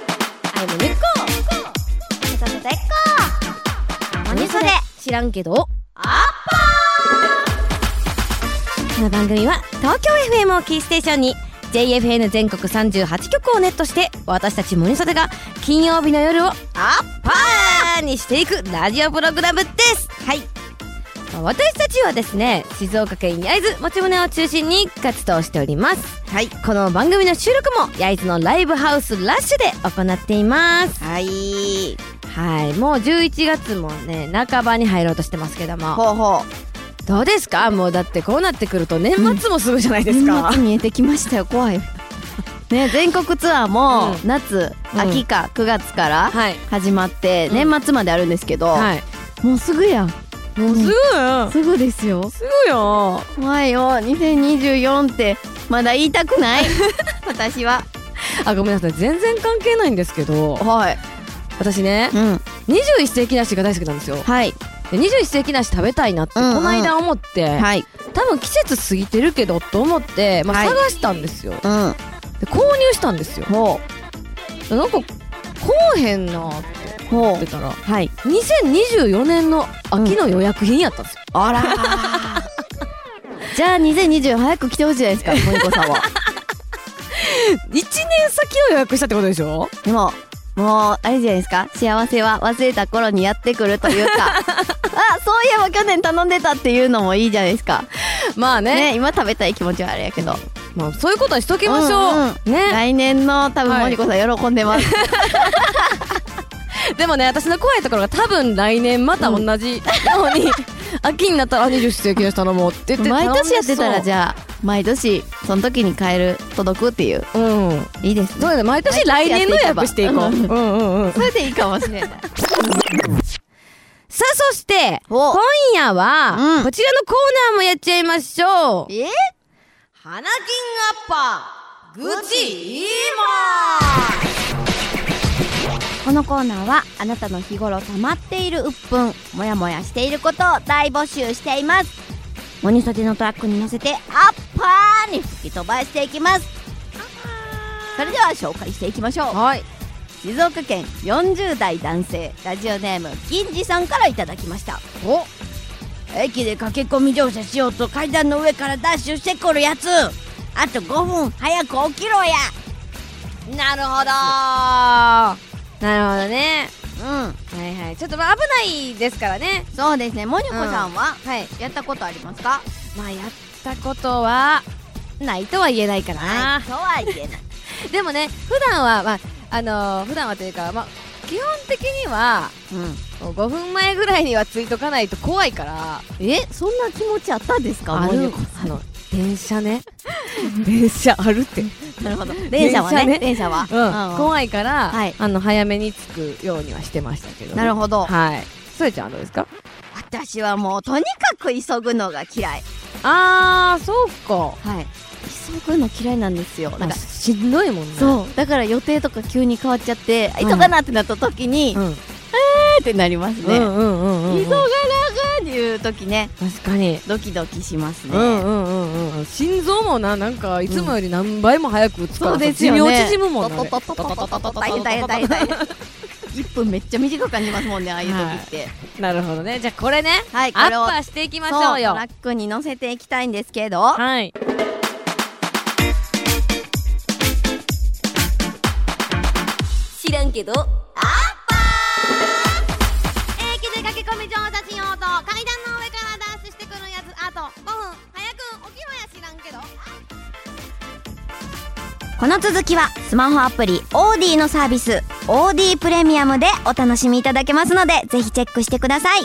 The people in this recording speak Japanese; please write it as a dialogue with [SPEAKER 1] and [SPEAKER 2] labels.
[SPEAKER 1] の根っこ
[SPEAKER 2] みその絶好
[SPEAKER 1] 何それ知らんけど
[SPEAKER 2] あ
[SPEAKER 1] この番組は東京 FM をキーステーションに JFN 全国38局をネットして私たちモニソテが金曜日の夜をアッパーにしていくラジオプログラムですはい私たちはですね静岡県焼津持ち胸を中心に活動しております
[SPEAKER 2] はい
[SPEAKER 1] この番組の収録も焼津のライブハウスラッシュで行っています
[SPEAKER 2] はい
[SPEAKER 1] はいもう11月もね半ばに入ろうとしてますけども
[SPEAKER 2] ほうほう
[SPEAKER 1] どうですかもうだってこうなってくると年末もすぐじゃないですか、
[SPEAKER 2] 年末見えてきましたよ 怖いね全国ツアーも
[SPEAKER 1] う
[SPEAKER 2] 夏、
[SPEAKER 1] うん
[SPEAKER 2] 秋か9月から
[SPEAKER 1] はい
[SPEAKER 2] 始まって
[SPEAKER 1] うん
[SPEAKER 2] 年末まであるんですけど、
[SPEAKER 1] はい
[SPEAKER 2] もうすぐやんもう
[SPEAKER 1] すぐ
[SPEAKER 2] すぐですよ
[SPEAKER 1] すぐよ
[SPEAKER 2] 怖いよ2024ってまだ言いたくない 私は
[SPEAKER 1] あごめんなさい全然関係ないんですけど
[SPEAKER 2] はい
[SPEAKER 1] 私ね
[SPEAKER 2] うん
[SPEAKER 1] 21世紀梨が大好きなんですよ
[SPEAKER 2] はい
[SPEAKER 1] で21世紀梨食べたいなってこ
[SPEAKER 2] うんうん
[SPEAKER 1] の間思って、
[SPEAKER 2] はい
[SPEAKER 1] 多分季節過ぎてるけどと思って、まあ、
[SPEAKER 2] はい
[SPEAKER 1] 探したんですよ、
[SPEAKER 2] うん
[SPEAKER 1] で購入したんですよ
[SPEAKER 2] ほ
[SPEAKER 1] なんかこうへんなって
[SPEAKER 2] うほ
[SPEAKER 1] 言ってたら
[SPEAKER 2] うはい
[SPEAKER 1] 2024年の秋の予約品やったんですよ、
[SPEAKER 2] あらー じゃあ2020早く来てほしいじゃないですか もニこさんは
[SPEAKER 1] 1年先を予約したってことでしょ
[SPEAKER 2] でももうあれじゃないですか幸せは忘れた頃にやってくるというかあそういえば去年頼んでたっていうのもいいじゃないですか
[SPEAKER 1] まあね
[SPEAKER 2] ね今食べたい気持ちはあれやけど
[SPEAKER 1] まあ、そういうことにしときましょう、
[SPEAKER 2] うん
[SPEAKER 1] ね
[SPEAKER 2] 来年の多分
[SPEAKER 1] はい
[SPEAKER 2] もニこさん喜んでます、
[SPEAKER 1] でもね私の怖いところが多分来年また同じよう に、秋になったら「あ20世紀梨頼もう」って言って
[SPEAKER 2] 毎年やってたらじ
[SPEAKER 1] ゃ
[SPEAKER 2] ゃあ毎年その時に買える届くっていう
[SPEAKER 1] うん
[SPEAKER 2] いいです
[SPEAKER 1] そうだ
[SPEAKER 2] ね
[SPEAKER 1] ね毎年来年の予約していこう、
[SPEAKER 2] 毎年や
[SPEAKER 1] ん
[SPEAKER 2] っていけば
[SPEAKER 1] うんうん
[SPEAKER 2] それでいいかもしれない
[SPEAKER 1] さあそして
[SPEAKER 2] お
[SPEAKER 1] 今夜は、
[SPEAKER 2] うん
[SPEAKER 1] こちらのコーナーもやっちゃいましょう
[SPEAKER 2] え
[SPEAKER 1] 花金アッパー愚痴言いま
[SPEAKER 2] このコーナーはあなたの日頃溜まっている鬱憤もやもやしていることを大募集していますモニソテのトラックに乗せてアッパーに吹き飛ばしていきますそれでは紹介していきましょう
[SPEAKER 1] すはい
[SPEAKER 2] 静岡県40代男性ラジオネーム銀次さんからいただきました
[SPEAKER 1] お
[SPEAKER 2] 駅で駆け込み乗車しようと階段の上からダッシュしてくるやつあと5分早く起きろや
[SPEAKER 1] なるほどなるほどね
[SPEAKER 2] うん
[SPEAKER 1] はいはいちょっとまあ危ないですからね
[SPEAKER 2] そうですねモニコさんは、
[SPEAKER 1] はい
[SPEAKER 2] やったことありますか
[SPEAKER 1] まあやったことはないとは言えないかな、
[SPEAKER 2] はいとは言えない
[SPEAKER 1] でもね普段はまああのー普段はというかまあ基本的には
[SPEAKER 2] うん
[SPEAKER 1] もう5分前ぐらいにはついとかないと怖いから
[SPEAKER 2] えそんな気持ちあったんですか
[SPEAKER 1] あるあの電車ね 電車あるって、
[SPEAKER 2] なる ほど電車はね電
[SPEAKER 1] 電
[SPEAKER 2] 車は、
[SPEAKER 1] うん、
[SPEAKER 2] うん
[SPEAKER 1] 怖いから、
[SPEAKER 2] はい
[SPEAKER 1] あの早めに着くようにはしてましたけど、
[SPEAKER 2] なる
[SPEAKER 1] ほ
[SPEAKER 2] ほど
[SPEAKER 1] はいそえちゃんはどうですか
[SPEAKER 2] 私はもうとにかく急ぐのが嫌い
[SPEAKER 1] あーそうか
[SPEAKER 2] はい急ぐの嫌いなんですよ
[SPEAKER 1] な
[SPEAKER 2] なんん
[SPEAKER 1] か
[SPEAKER 2] か
[SPEAKER 1] しんどいもんねう、
[SPEAKER 2] そうだから予定とか急に変わっちゃってあ
[SPEAKER 1] うん
[SPEAKER 2] 急がなってなった時に、
[SPEAKER 1] う
[SPEAKER 2] え
[SPEAKER 1] ん、ね
[SPEAKER 2] ーってなります
[SPEAKER 1] う
[SPEAKER 2] ね、
[SPEAKER 1] んうんうんうん
[SPEAKER 2] 急がなあかんっていう時ね
[SPEAKER 1] 確かに
[SPEAKER 2] ドキドキしますね、
[SPEAKER 1] うんうんうんうん心臓もななんかいつもより何倍も早く打つから、
[SPEAKER 2] そうですよね
[SPEAKER 1] 寿命縮むもんね
[SPEAKER 2] とととととととと大変大変大変大変1分めっちゃ短く感じますもんねああいう時って
[SPEAKER 1] なるほどねじゃあこれね
[SPEAKER 2] はい、
[SPEAKER 1] ア
[SPEAKER 2] こ
[SPEAKER 1] ッ
[SPEAKER 2] れを
[SPEAKER 1] パーしていきまし
[SPEAKER 2] そ
[SPEAKER 1] ょう
[SPEAKER 2] う
[SPEAKER 1] よ
[SPEAKER 2] トラックに乗せていきたいんですけど
[SPEAKER 1] はい
[SPEAKER 2] 知らんけど
[SPEAKER 3] 駅で駆け込み乗車しようと階段の上からダッシュしてくるやつあと5分早く起きろや知らんけど
[SPEAKER 2] この続きはスマホアプリオーディのサービスオーディプレミアムでお楽しみいただけますのでぜひチェックしてください